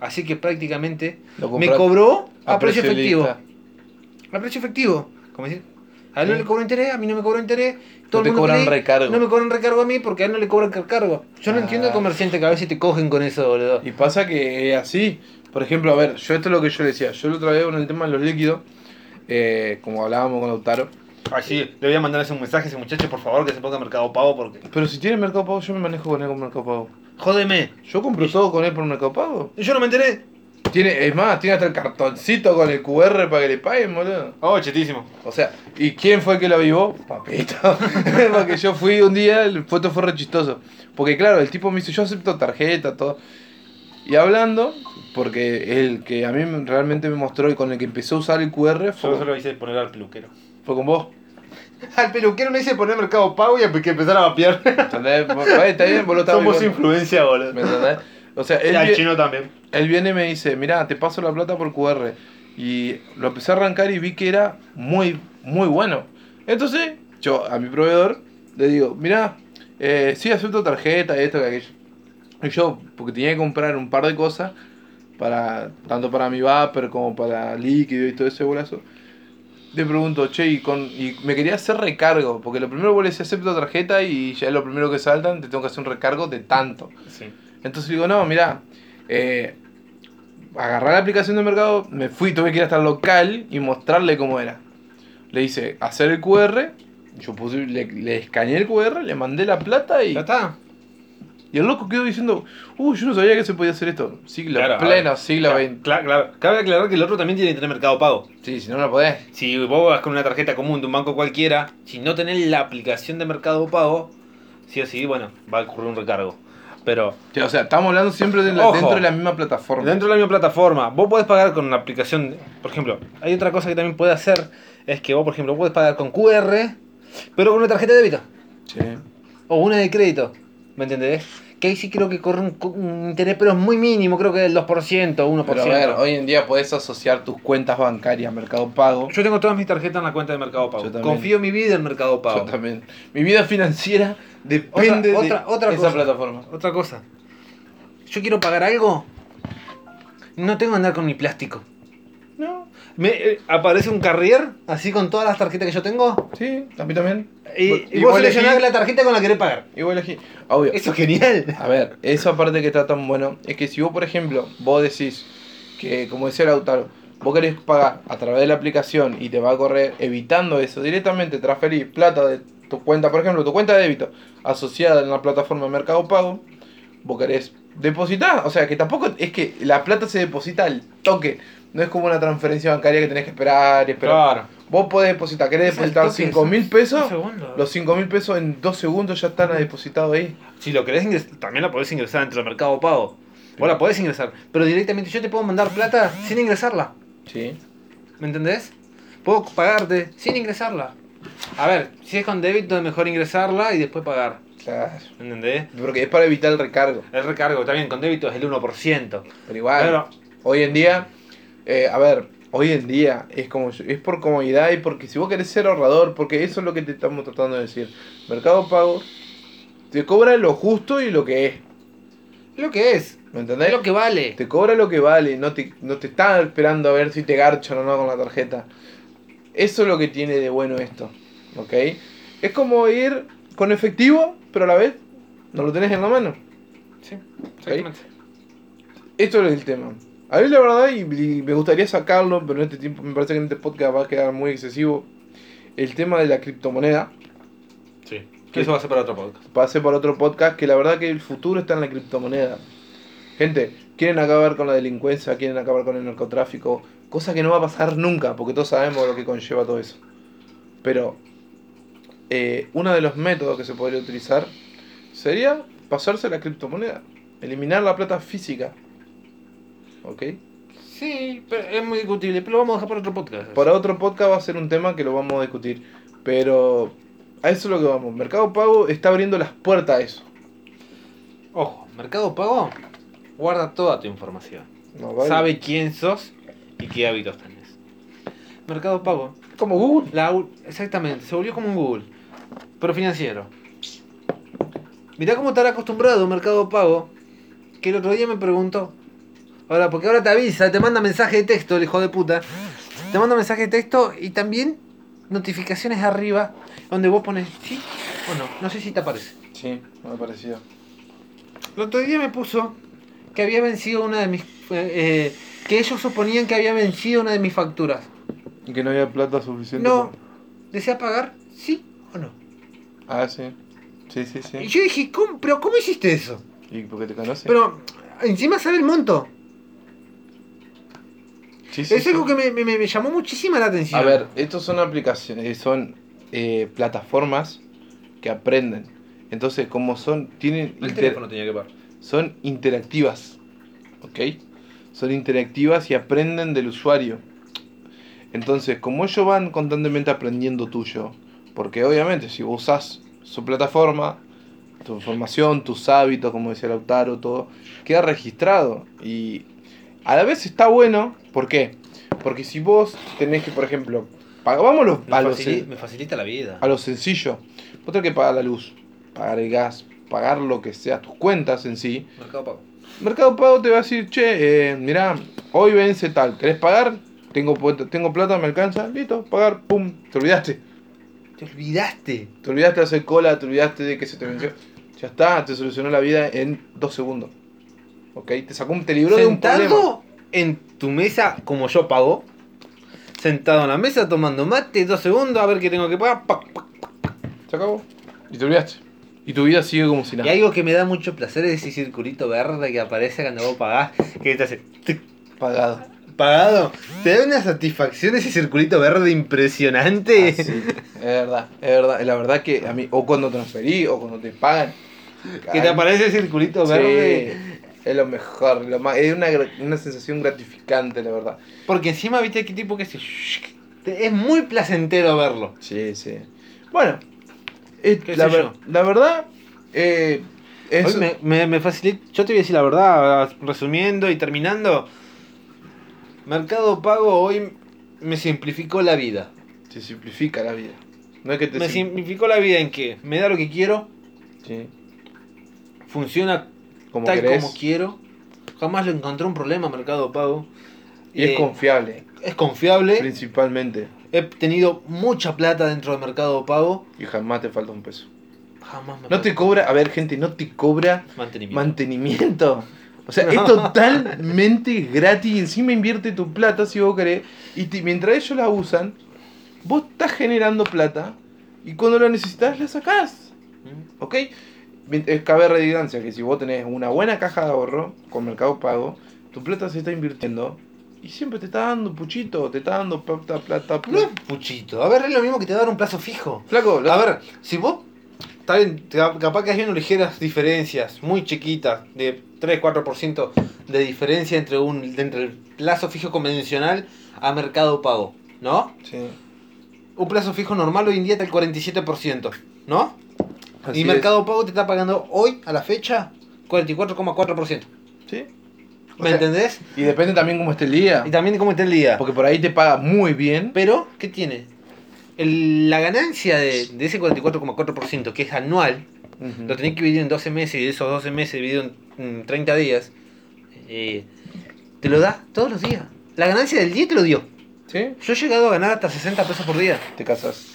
Speaker 1: Así que prácticamente
Speaker 2: Lo
Speaker 1: me
Speaker 2: comprás
Speaker 1: cobró
Speaker 2: a
Speaker 1: a, Ah, precio
Speaker 2: precio
Speaker 1: efectivo.
Speaker 2: lista.
Speaker 1: A precio efectivo. Como decir, a él no
Speaker 2: Sí.
Speaker 1: le cobró interés, a mí no me cobró interés.
Speaker 2: No te
Speaker 1: el mundo
Speaker 2: cobran
Speaker 1: cree-
Speaker 2: recargo.
Speaker 1: No me cobran recargo a mí porque a él no le cobran recargo. Yo no
Speaker 2: Ah.
Speaker 1: entiendo al comerciante que a veces te cogen con eso, boludo.
Speaker 2: Y pasa que es así. Por ejemplo, a ver, yo esto es lo que yo le decía. Yo lo otra vez con el tema de los líquidos, eh, como hablábamos con Lautaro.
Speaker 1: Así, le voy a mandar ese mensaje a ese muchacho, por favor, que se ponga Mercado Pago porque.
Speaker 2: Pero si tiene Mercado Pago, yo me manejo con él con Mercado Pago.
Speaker 1: Jódeme.
Speaker 2: Yo compro todo con él por Mercado Pago.
Speaker 1: Yo no me enteré.
Speaker 2: Tiene, es más, tiene hasta el cartoncito con el QR para que le paguen, boludo.
Speaker 1: Oh, chetísimo.
Speaker 2: O sea, ¿y quién fue el que lo avivó? Papito. porque yo fui un día, el foto fue re chistoso. Porque claro, el tipo me dice, yo acepto tarjeta, todo. Y hablando, porque el que a mí realmente me mostró y con el que empezó a usar el QR fue,
Speaker 1: Yo solo hice poner al peluquero.
Speaker 2: fue con vos.
Speaker 1: Al peluquero le hice poner Mercado Pago y a que empezara a vapear.
Speaker 2: ¿Entendés? Vos- eh, Está bien, vos lo estabas
Speaker 1: Somos
Speaker 2: avivando.
Speaker 1: influencia, boludo.
Speaker 2: ¿Me entendés? O sea, él,
Speaker 1: y al
Speaker 2: vie-
Speaker 1: chino también.
Speaker 2: él viene y me dice, mirá, te paso la plata por QR. Y lo empecé a arrancar y vi que era muy, muy bueno. Entonces, yo a mi proveedor le digo, mirá, eh, sí acepto tarjeta, esto, que aquello. Y yo, porque tenía que comprar un par de cosas, para tanto para mi vapor como para líquido y todo ese bolazo. Le pregunto, che, y, con, y me quería hacer recargo, porque lo primero vos le decís acepto tarjeta y ya es lo primero que saltan, te tengo que hacer un recargo de tanto.
Speaker 1: Sí.
Speaker 2: Entonces digo, no, mira, eh, agarrar la aplicación de mercado, me fui, tuve que ir hasta el local y mostrarle cómo era. Le hice hacer el QR, yo puse, le, le escaneé el QR, le mandé la plata y,
Speaker 1: Ya está.
Speaker 2: y el loco quedó diciendo, uy, yo no sabía que se podía hacer esto. Siglo
Speaker 1: Claro,
Speaker 2: pleno,
Speaker 1: ahora-
Speaker 2: siglo
Speaker 1: Cla-
Speaker 2: XX.
Speaker 1: Claro, claro. Cabe aclarar que el otro también tiene que tener mercado pago.
Speaker 2: Sí, si no, no podés.
Speaker 1: Si vos vas con una tarjeta común de un banco cualquiera, si no tenés la aplicación de mercado pago, sí o sí, bueno, va a ocurrir un recargo. Pero
Speaker 2: Che, O sea, estamos hablando siempre de la-
Speaker 1: Ojo.
Speaker 2: dentro de la misma plataforma.
Speaker 1: dentro de la misma plataforma, vos podés pagar con una aplicación. Por ejemplo, hay otra cosa que también puede hacer: es que vos, por ejemplo, podés pagar con QR, pero con una tarjeta de débito
Speaker 2: Che.
Speaker 1: o una de crédito. ¿Me entendés? Que ahí sí creo que corre un, co- un interés, pero es muy mínimo, creo que del 2%, 1%.
Speaker 2: Pero a ver, hoy en día podés asociar tus cuentas bancarias a Mercado Pago.
Speaker 1: Yo tengo todas mis tarjetas en la cuenta de Mercado Pago.
Speaker 2: Yo también.
Speaker 1: Confío mi vida en Mercado Pago.
Speaker 2: Yo también. Mi vida financiera depende
Speaker 1: otra-
Speaker 2: de
Speaker 1: otra
Speaker 2: esa
Speaker 1: cosa.
Speaker 2: plataforma.
Speaker 1: Otra cosa. Yo quiero pagar algo. No tengo que andar con mi plástico.
Speaker 2: No,
Speaker 1: Me eh, aparece un carrier así con todas las tarjetas que yo tengo.
Speaker 2: sí, a mí también.
Speaker 1: Y,
Speaker 2: Igual-
Speaker 1: y vos
Speaker 2: igual
Speaker 1: seleccionás
Speaker 2: elegí-
Speaker 1: la tarjeta con la que querés pagar.
Speaker 2: Igual aquí. Obvio.
Speaker 1: Eso es genial.
Speaker 2: A ver, eso aparte que está tan bueno, es que si vos, por ejemplo, vos decís que, como decía Lautaro, vos querés pagar a través de la aplicación y te va a correr evitando eso, directamente transferir plata de tu cuenta, por ejemplo, tu cuenta de débito asociada en la plataforma de Mercado Pago, vos querés depositar, o sea, que tampoco es que la plata se deposita al toque, no es como una transferencia bancaria que tenés que esperar, esperar. Vos podés depositar, querés
Speaker 1: Es al
Speaker 2: depositar
Speaker 1: toque,
Speaker 2: 5
Speaker 1: es-
Speaker 2: mil pesos,
Speaker 1: un segundo.
Speaker 2: los 5 mil pesos en 2 segundos ya están depositados ahí.
Speaker 1: Si lo querés ingresar, también la podés ingresar dentro del Mercado Pago. Vos la podés ingresar. Pero directamente yo te puedo mandar plata sin ingresarla.
Speaker 2: Sí.
Speaker 1: ¿Me entendés? Puedo pagarte sin ingresarla. A ver, si es con débito es mejor ingresarla y después pagar.
Speaker 2: Claro.
Speaker 1: ¿Me entendés?
Speaker 2: Porque es para evitar el recargo.
Speaker 1: El recargo también con débito es el 1%.
Speaker 2: Pero igual,
Speaker 1: Claro.
Speaker 2: hoy en día, eh, a ver, hoy en día es como es por comodidad y porque si vos querés ser ahorrador, porque eso es lo que te estamos tratando de decir. Mercado Pago te cobra lo justo y lo que es.
Speaker 1: Lo que es, es
Speaker 2: ¿Me entendés?
Speaker 1: lo que vale.
Speaker 2: Te cobra lo que vale, no te, no te está esperando a ver si te garchan o no con la tarjeta. Eso es lo que tiene de bueno esto. ¿Ok? Es como ir con efectivo, pero a la vez no lo tenés en la mano.
Speaker 1: Sí,
Speaker 2: exactamente. Esto es el tema. A mí la verdad, y, y me gustaría sacarlo, pero en este tiempo me parece que en este podcast va a quedar muy excesivo. El tema de la criptomoneda.
Speaker 1: Sí.
Speaker 2: Que eso
Speaker 1: va a ser para otro podcast.
Speaker 2: Pasé para otro podcast que la verdad que el futuro está en la criptomoneda. Gente, quieren acabar con la delincuencia, quieren acabar con el narcotráfico. Cosa que no va a pasar nunca, porque todos sabemos lo que conlleva todo eso. Pero eh, uno de los métodos que se podría utilizar sería pasarse a la criptomoneda. Eliminar la plata física. ¿Ok?
Speaker 1: Sí, pero es muy discutible, pero lo vamos a dejar para otro podcast.
Speaker 2: Para otro podcast va a ser un tema que lo vamos a discutir. Pero a eso es lo que vamos. Mercado Pago está abriendo las puertas a eso.
Speaker 1: Ojo, Mercado Pago guarda toda tu información.
Speaker 2: No, vale.
Speaker 1: Sabe quién sos y qué hábitos tenés. Mercado Pago
Speaker 2: Como Google.
Speaker 1: La u- exactamente, se volvió como un Google, pero financiero. Mirá cómo estará acostumbrado Mercado Pago, que el otro día me preguntó. Ahora, porque ahora te avisa, te manda mensaje de texto, el hijo de puta. Te manda mensaje de texto y también notificaciones arriba, donde vos pones sí o no. No sé si te aparece.
Speaker 2: Sí, me pareció.
Speaker 1: El otro día me puso que había vencido una de mis... eh, eh, que ellos suponían que había vencido una de mis facturas.
Speaker 2: Y que no había plata suficiente.
Speaker 1: No.
Speaker 2: para-
Speaker 1: ¿Desea pagar? ¿Sí o no?
Speaker 2: Ah, sí. Sí, sí, sí.
Speaker 1: Y yo dije, ¿cómo, ¿pero cómo hiciste eso?
Speaker 2: ¿Y porque te conoce?
Speaker 1: Pero encima sabe el monto.
Speaker 2: Sí, sí,
Speaker 1: Es
Speaker 2: sí.
Speaker 1: algo que me, me- me- me llamó muchísima la atención.
Speaker 2: A ver, estos son aplicaciones, eh, son eh, plataformas que aprenden. Entonces, como son, tienen
Speaker 1: El
Speaker 2: inter-
Speaker 1: teléfono tenía que pagar.
Speaker 2: son interactivas. ¿Ok? Son interactivas y aprenden del usuario. Entonces, como ellos van constantemente aprendiendo tuyo, porque obviamente si vos usás su plataforma, tu información, tus hábitos, como decía Lautaro, todo, queda registrado. Y a la vez está bueno, ¿por qué? Porque si vos tenés que, por ejemplo, pag- vámonos
Speaker 1: Me,
Speaker 2: a lo,
Speaker 1: facili-
Speaker 2: sen-
Speaker 1: me facilita la vida.
Speaker 2: a lo sencillo, vos tenés que pagar la luz, pagar el gas, pagar lo que sea, tus cuentas en sí,
Speaker 1: Mercado Pago.
Speaker 2: Mercado Pago te va a decir, che, eh, mirá, hoy vence tal, ¿querés pagar? Tengo, pu- tengo plata, me alcanza, listo, pagar, pum, te olvidaste.
Speaker 1: Te olvidaste.
Speaker 2: Te olvidaste de hacer cola, te olvidaste de que se te venció. Ya está, te solucionó la vida en dos segundos. ¿Ok? Te sacó un, te libró de un problema.
Speaker 1: Sentado en tu mesa, como yo pago. Sentado en la mesa tomando mate, dos segundos, a ver qué tengo que pagar. pac, pac.
Speaker 2: Se acabó. Y te olvidaste. Y tu vida sigue como si
Speaker 1: Y
Speaker 2: nada.
Speaker 1: algo que me da mucho placer es ese circulito verde que aparece cuando vos pagás, que te hace tic,
Speaker 2: Pagado.
Speaker 1: pagado. Te da una satisfacción ese circulito verde impresionante.
Speaker 2: Ah, sí. Es verdad, es verdad. La verdad que a mí, o cuando transferí, o cuando te pagan.
Speaker 1: Que te aparece ese circulito
Speaker 2: Sí,
Speaker 1: verde.
Speaker 2: es lo mejor, lo más, es una, gra- una sensación gratificante, la verdad.
Speaker 1: Porque encima, viste, qué tipo que se... Es muy placentero verlo.
Speaker 2: Sí, sí. Bueno, es-
Speaker 1: ¿Qué
Speaker 2: la,
Speaker 1: sé
Speaker 2: ver-
Speaker 1: yo?
Speaker 2: la verdad, eh, es-
Speaker 1: Hoy me, me, me facilita. Yo te voy a decir la verdad, resumiendo y terminando. Mercado Pago hoy me simplificó la vida.
Speaker 2: te simplifica la vida. No es que te
Speaker 1: Me
Speaker 2: sim-
Speaker 1: simplificó la vida en que me da lo que quiero,
Speaker 2: sí,
Speaker 1: funciona
Speaker 2: como
Speaker 1: tal
Speaker 2: querés,
Speaker 1: como quiero. Jamás le encontré un problema a Mercado Pago.
Speaker 2: y es
Speaker 1: Eh,
Speaker 2: confiable,
Speaker 1: es confiable.
Speaker 2: principalmente.
Speaker 1: He tenido mucha plata dentro de Mercado Pago.
Speaker 2: Y jamás te falta un peso.
Speaker 1: Jamás me
Speaker 2: No te cobra, a ver, gente, no te cobra
Speaker 1: mantenimiento.
Speaker 2: mantenimiento. O sea,
Speaker 1: No.
Speaker 2: es totalmente gratis. y Encima invierte tu plata si vos querés. Y te- mientras ellos la usan, vos estás generando plata. Y cuando la necesitas, la sacás.
Speaker 1: ¿Mm?
Speaker 2: ¿Ok? Mient- eh, Cabe redundancia que si vos tenés una buena caja de ahorro con Mercado Pago, tu plata se está invirtiendo. Y siempre te está dando puchito, te está dando plata, plata,
Speaker 1: No es
Speaker 2: plata.
Speaker 1: puchito. A ver, es lo mismo que te va a dar un plazo fijo.
Speaker 2: Flaco, lo-
Speaker 1: A ver, si vos. Está bien, ca- capaz que hay unas ligeras diferencias, muy chiquitas, de 3-4% de diferencia entre, un, entre el plazo fijo convencional a mercado pago, ¿no?
Speaker 2: Sí,
Speaker 1: Un plazo fijo normal hoy en día está el 47%, ¿no?
Speaker 2: así
Speaker 1: y
Speaker 2: es.
Speaker 1: mercado pago te está pagando hoy, a la fecha, 44,4%.
Speaker 2: Sí. O
Speaker 1: ¿Me
Speaker 2: sea,
Speaker 1: entendés?
Speaker 2: Y depende también cómo esté el día.
Speaker 1: Y también cómo está el día.
Speaker 2: Porque por ahí te paga muy bien.
Speaker 1: Pero, ¿qué tiene? El- la ganancia de, de ese 44,4%, que es anual,
Speaker 2: Ujú.
Speaker 1: Lo tenés que dividir en 12 meses y de esos 12 meses dividido en, en 30 días, eh, te lo da todos los días. La ganancia del día te lo dio.
Speaker 2: ¿Sí?
Speaker 1: Yo he llegado a ganar hasta 60 pesos por día.
Speaker 2: Te casas.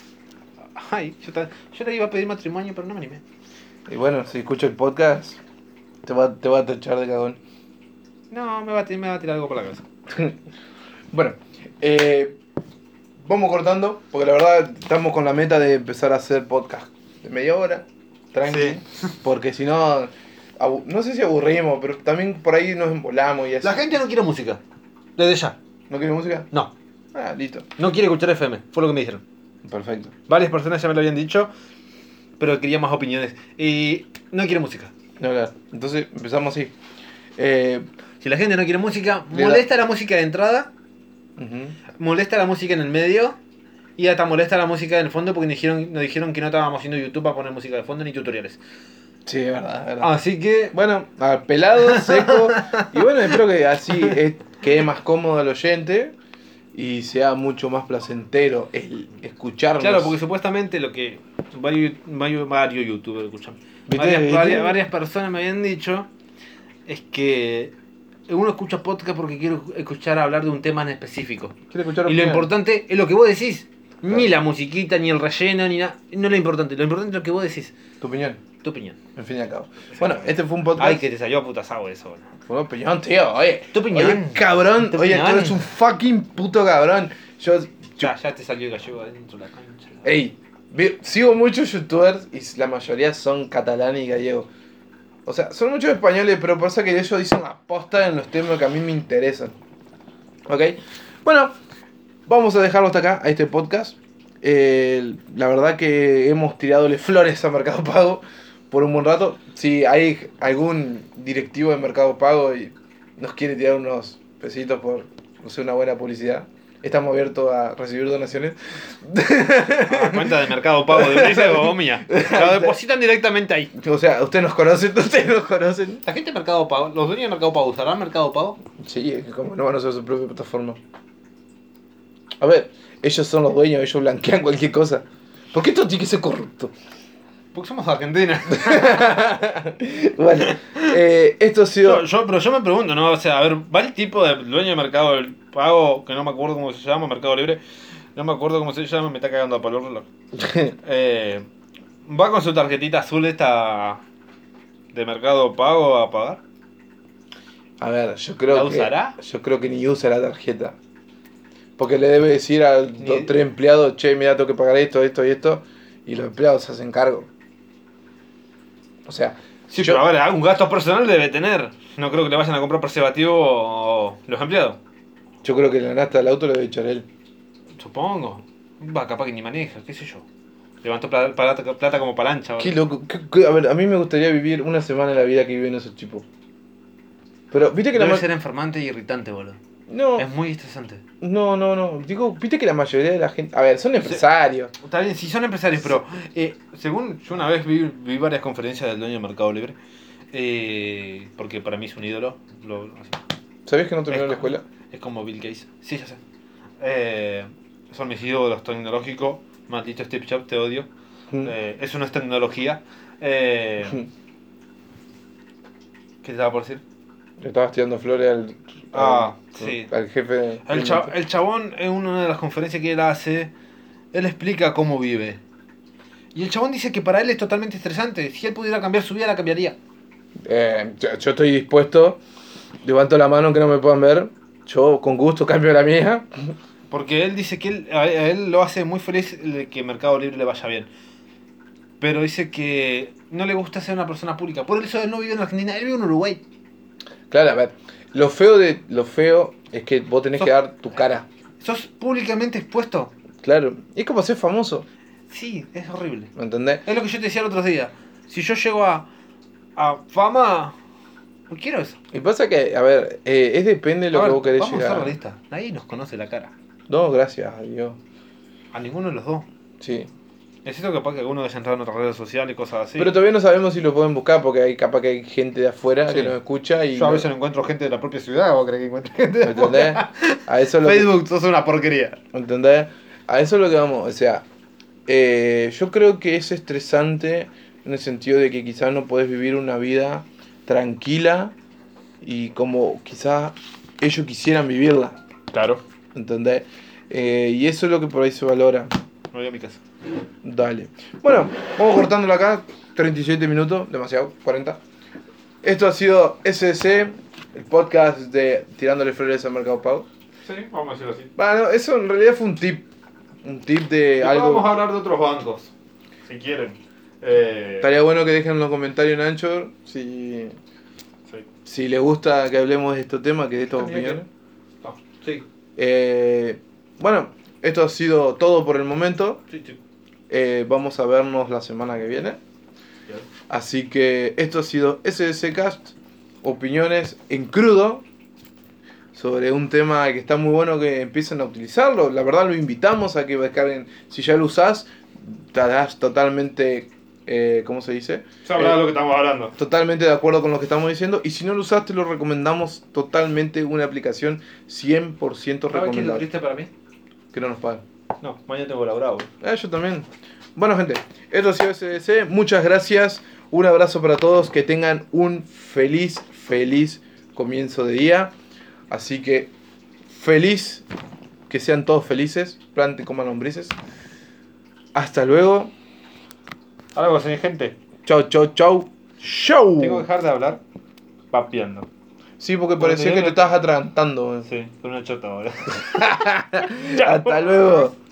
Speaker 1: Ay, yo, ta- yo le iba a pedir matrimonio, pero no me animé.
Speaker 2: Y bueno, si escucha el podcast, te va, te va a tachar de cagón.
Speaker 1: No, me va, a, ti- me va a tirar algo por la cabeza.
Speaker 2: Bueno, eh, vamos cortando, porque la verdad estamos con la meta de empezar a hacer podcast de media hora, tranqui, porque si no, abu- no sé si aburrimos, pero también por ahí nos embolamos y así.
Speaker 1: La gente no quiere música. Desde ya.
Speaker 2: ¿No quiere música?
Speaker 1: No.
Speaker 2: Ah, listo.
Speaker 1: No quiere escuchar FM. Fue lo que me dijeron.
Speaker 2: Perfecto.
Speaker 1: Varias personas ya me lo habían dicho, pero quería más opiniones. Y no quiere música.
Speaker 2: No hablar. Entonces empezamos así. Eh,
Speaker 1: Si la gente no quiere música,
Speaker 2: Le da-
Speaker 1: molesta la música de entrada.
Speaker 2: ujú.
Speaker 1: molesta la música en el medio y hasta molesta la música en el fondo porque nos dijeron, nos dijeron que no estábamos haciendo YouTube para poner música de fondo ni tutoriales.
Speaker 2: Sí, es verdad, es verdad.
Speaker 1: Así que,
Speaker 2: Bueno, a ver, pelado, seco. y bueno, espero que así es- quede más cómodo al oyente y sea mucho más placentero el escucharnos.
Speaker 1: claro, porque supuestamente lo que varios, varios, varios youtubers, escuchan,
Speaker 2: ¿Viste?
Speaker 1: varias,
Speaker 2: ¿Viste?
Speaker 1: varias- varias personas me habían dicho es que uno escucha podcast porque quiere escuchar hablar de un tema en específico.
Speaker 2: Quiero escuchar
Speaker 1: Y lo
Speaker 2: opinión.
Speaker 1: importante es lo que vos decís. Ni
Speaker 2: Claro.
Speaker 1: la musiquita, ni el relleno, ni nada. No es lo importante. Lo importante es lo que vos decís.
Speaker 2: Tu opinión,
Speaker 1: Tu opinión.
Speaker 2: en fin y al cabo. Bueno, este fue un podcast.
Speaker 1: Ay, que te salió a putas agua eso. boludo.
Speaker 2: Fue una opinión, tío. Oye,
Speaker 1: Tu opinión.
Speaker 2: Oye, cabrón.
Speaker 1: Tu
Speaker 2: Oye, tú
Speaker 1: opinión.
Speaker 2: eres un fucking puto cabrón. Yo. yo-
Speaker 1: Ya, ya te salió el gallego adentro de la cancha.
Speaker 2: ey, vi- sigo muchos youtubers y la mayoría son catalanes y gallegos. O sea, son muchos españoles, pero pasa que ellos dicen la posta en los temas que a mí me interesan. ¿Ok? Bueno, vamos a dejarlo hasta acá, a este podcast. Eh, la verdad que hemos tiradole flores a Mercado Pago por un buen rato. Si hay algún directivo de Mercado Pago y nos quiere tirar unos pesitos por no sé, una buena publicidad, Estamos abiertos a recibir donaciones.
Speaker 1: A la ah, cuenta de Mercado Pago de Ulises o mía. Lo depositan directamente ahí.
Speaker 2: O sea, ustedes nos conocen, ustedes nos conocen.
Speaker 1: La gente de Mercado Pago, los dueños de Mercado Pago, ¿usarán Mercado Pago?
Speaker 2: Sí, es que como no van a usar su propia plataforma. A ver, ellos son los dueños, ellos blanquean cualquier cosa. ¿Por qué esto tiene que ser corrupto?
Speaker 1: Porque somos Argentina.
Speaker 2: bueno, eh, esto ha sido.
Speaker 1: Yo, yo- pero yo me pregunto, ¿no? O sea, a ver, ¿va el tipo de dueño de mercado del pago, que no me acuerdo cómo se llama, Mercado Libre? No me acuerdo cómo se llama, me está cagando a palo el reloj. Eh, ¿Va con su tarjetita azul esta de Mercado Pago a pagar?
Speaker 2: A ver, yo creo
Speaker 1: ¿La
Speaker 2: que.
Speaker 1: usará?
Speaker 2: Yo creo que ni usa la tarjeta. Porque le debe decir a dos,
Speaker 1: Ni-
Speaker 2: tres empleados, che, mira, tengo que pagar esto, esto y esto. Y los empleados se hacen cargo. O sea,
Speaker 1: Sí,
Speaker 2: yo-
Speaker 1: pero a ver, algún gasto personal debe tener. No creo que le vayan a comprar preservativo los empleados.
Speaker 2: yo creo que la nasta del auto le debe echar él.
Speaker 1: Supongo. Va, capaz que ni maneja, qué sé yo. Levantó plata, plata, plata como palancha.
Speaker 2: Qué loco. qué- qué- a ver, a mí me gustaría vivir una semana en la vida que viven esos tipos. Pero, viste que la
Speaker 1: Debe
Speaker 2: ma-
Speaker 1: ser enfermante e irritante, boludo.
Speaker 2: No,
Speaker 1: Es muy estresante.
Speaker 2: no, no, no. Digo, viste que la mayoría de la gente. A ver, son empresarios.
Speaker 1: Está bien, si son empresarios, pero eh, según yo una vez vi, vi varias conferencias del dueño de Mercado Libre, eh, porque para mí es un ídolo, lo- así,
Speaker 2: ¿Sabías que no terminaron la escuela?
Speaker 1: es como Bill Gates. Sí, ya sé. Eh, son mis ídolos tecnológicos, maldito Steve Jobs, te odio.
Speaker 2: Mm.
Speaker 1: Eh, eso no es tecnología. Eh, ¿Qué te estaba por decir?
Speaker 2: Le estabas tirando flores al,
Speaker 1: Ah,
Speaker 2: al,
Speaker 1: sí.
Speaker 2: al jefe.
Speaker 1: El, cha- el chabón en una de las conferencias que él hace, él explica cómo vive. Y el chabón dice que para él es totalmente estresante. Si él pudiera cambiar su vida, la cambiaría.
Speaker 2: Eh, yo, yo estoy dispuesto, levanto la mano que no me puedan ver. Yo con gusto cambio la mía.
Speaker 1: Porque él dice que él, a a él lo hace muy feliz el que Mercado Libre le vaya bien. Pero dice que no le gusta ser una persona pública. Por eso él no vive en Argentina, él vive en Uruguay.
Speaker 2: Claro, a ver. Lo feo de lo feo es que vos tenés que dar tu cara.
Speaker 1: Sos públicamente expuesto.
Speaker 2: Claro. Es como ser famoso,
Speaker 1: Sí, es horrible.
Speaker 2: ¿me entendés?
Speaker 1: Es lo que yo te decía el otro día. Si yo llego a, a fama, no quiero eso.
Speaker 2: Y pasa que, a ver, eh, es depende de lo
Speaker 1: A
Speaker 2: que
Speaker 1: ver,
Speaker 2: vos querés
Speaker 1: vamos a ser
Speaker 2: llegar.
Speaker 1: realistas. Nadie nos conoce la cara.
Speaker 2: no, gracias a Dios.
Speaker 1: A ninguno de los dos.
Speaker 2: Sí.
Speaker 1: Necesito capaz que alguno haya entrado en otras redes sociales y cosas así.
Speaker 2: Pero todavía no sabemos si lo pueden buscar porque hay capaz que hay gente de afuera
Speaker 1: Sí.
Speaker 2: que nos escucha y.
Speaker 1: yo a
Speaker 2: no-
Speaker 1: veces no encuentro gente de la propia ciudad, ¿vos crees que encuentro gente
Speaker 2: ¿Me
Speaker 1: de
Speaker 2: entendés? A eso es lo que-
Speaker 1: Facebook, sos una porquería.
Speaker 2: ¿Entendés? A eso es lo que vamos. O sea, eh, yo creo que es estresante en el sentido de que quizás no podés vivir una vida tranquila y como quizás ellos quisieran vivirla.
Speaker 1: Claro.
Speaker 2: ¿Entendés? Eh, y eso es lo que por ahí se valora.
Speaker 1: No voy a mi casa.
Speaker 2: Dale. Bueno, vamos cortándolo acá. 37 minutos, demasiado, 40. Esto ha sido SSC, el podcast de Tirándole Flores al Mercado Pago.
Speaker 1: Sí, vamos a decirlo así.
Speaker 2: Bueno, eso en realidad fue un tip. Un tip de
Speaker 1: Después
Speaker 2: Eh, algo.
Speaker 1: Vamos a hablar de otros bancos, si quieren. Eh,
Speaker 2: Estaría bueno que dejen en los comentarios en Anchor si,
Speaker 1: sí.
Speaker 2: si les gusta que hablemos de este tema, que de estas
Speaker 1: También que-
Speaker 2: opiniones.
Speaker 1: Ah, sí,
Speaker 2: Eh, bueno, esto ha sido todo por el momento.
Speaker 1: sí, sí.
Speaker 2: Eh, vamos a vernos la semana que viene.
Speaker 1: Bien.
Speaker 2: Así que esto ha sido SSCast, opiniones en crudo sobre un tema que está muy bueno que empiecen a utilizarlo. La verdad lo invitamos a que descarguen, si ya lo usás, estarás totalmente, eh, ¿cómo se dice?
Speaker 1: Se habla
Speaker 2: Eh,
Speaker 1: de lo que estamos hablando.
Speaker 2: Totalmente de acuerdo con lo que estamos diciendo. Y si no lo usaste, lo recomendamos totalmente una aplicación 100%
Speaker 1: ¿Sabes qué es lo
Speaker 2: recomendable.
Speaker 1: triste para mí?
Speaker 2: Que no nos pagan.
Speaker 1: No, mañana tengo laburado. boludo.
Speaker 2: Ah, yo también. Bueno, gente, esto ha sido SDC. Muchas gracias. Un abrazo para todos. Que tengan un feliz, feliz comienzo de día. Así que feliz. Que sean todos felices. Planten, coman lombrices. Hasta luego.
Speaker 1: Algo así, gente.
Speaker 2: Chau, chau, chau. Chau.
Speaker 1: Tengo que dejar de hablar papeando.
Speaker 2: Sí, porque parecía que te estabas atragantando. Ah,
Speaker 1: Sí, con una chota ahora.
Speaker 2: Hasta luego.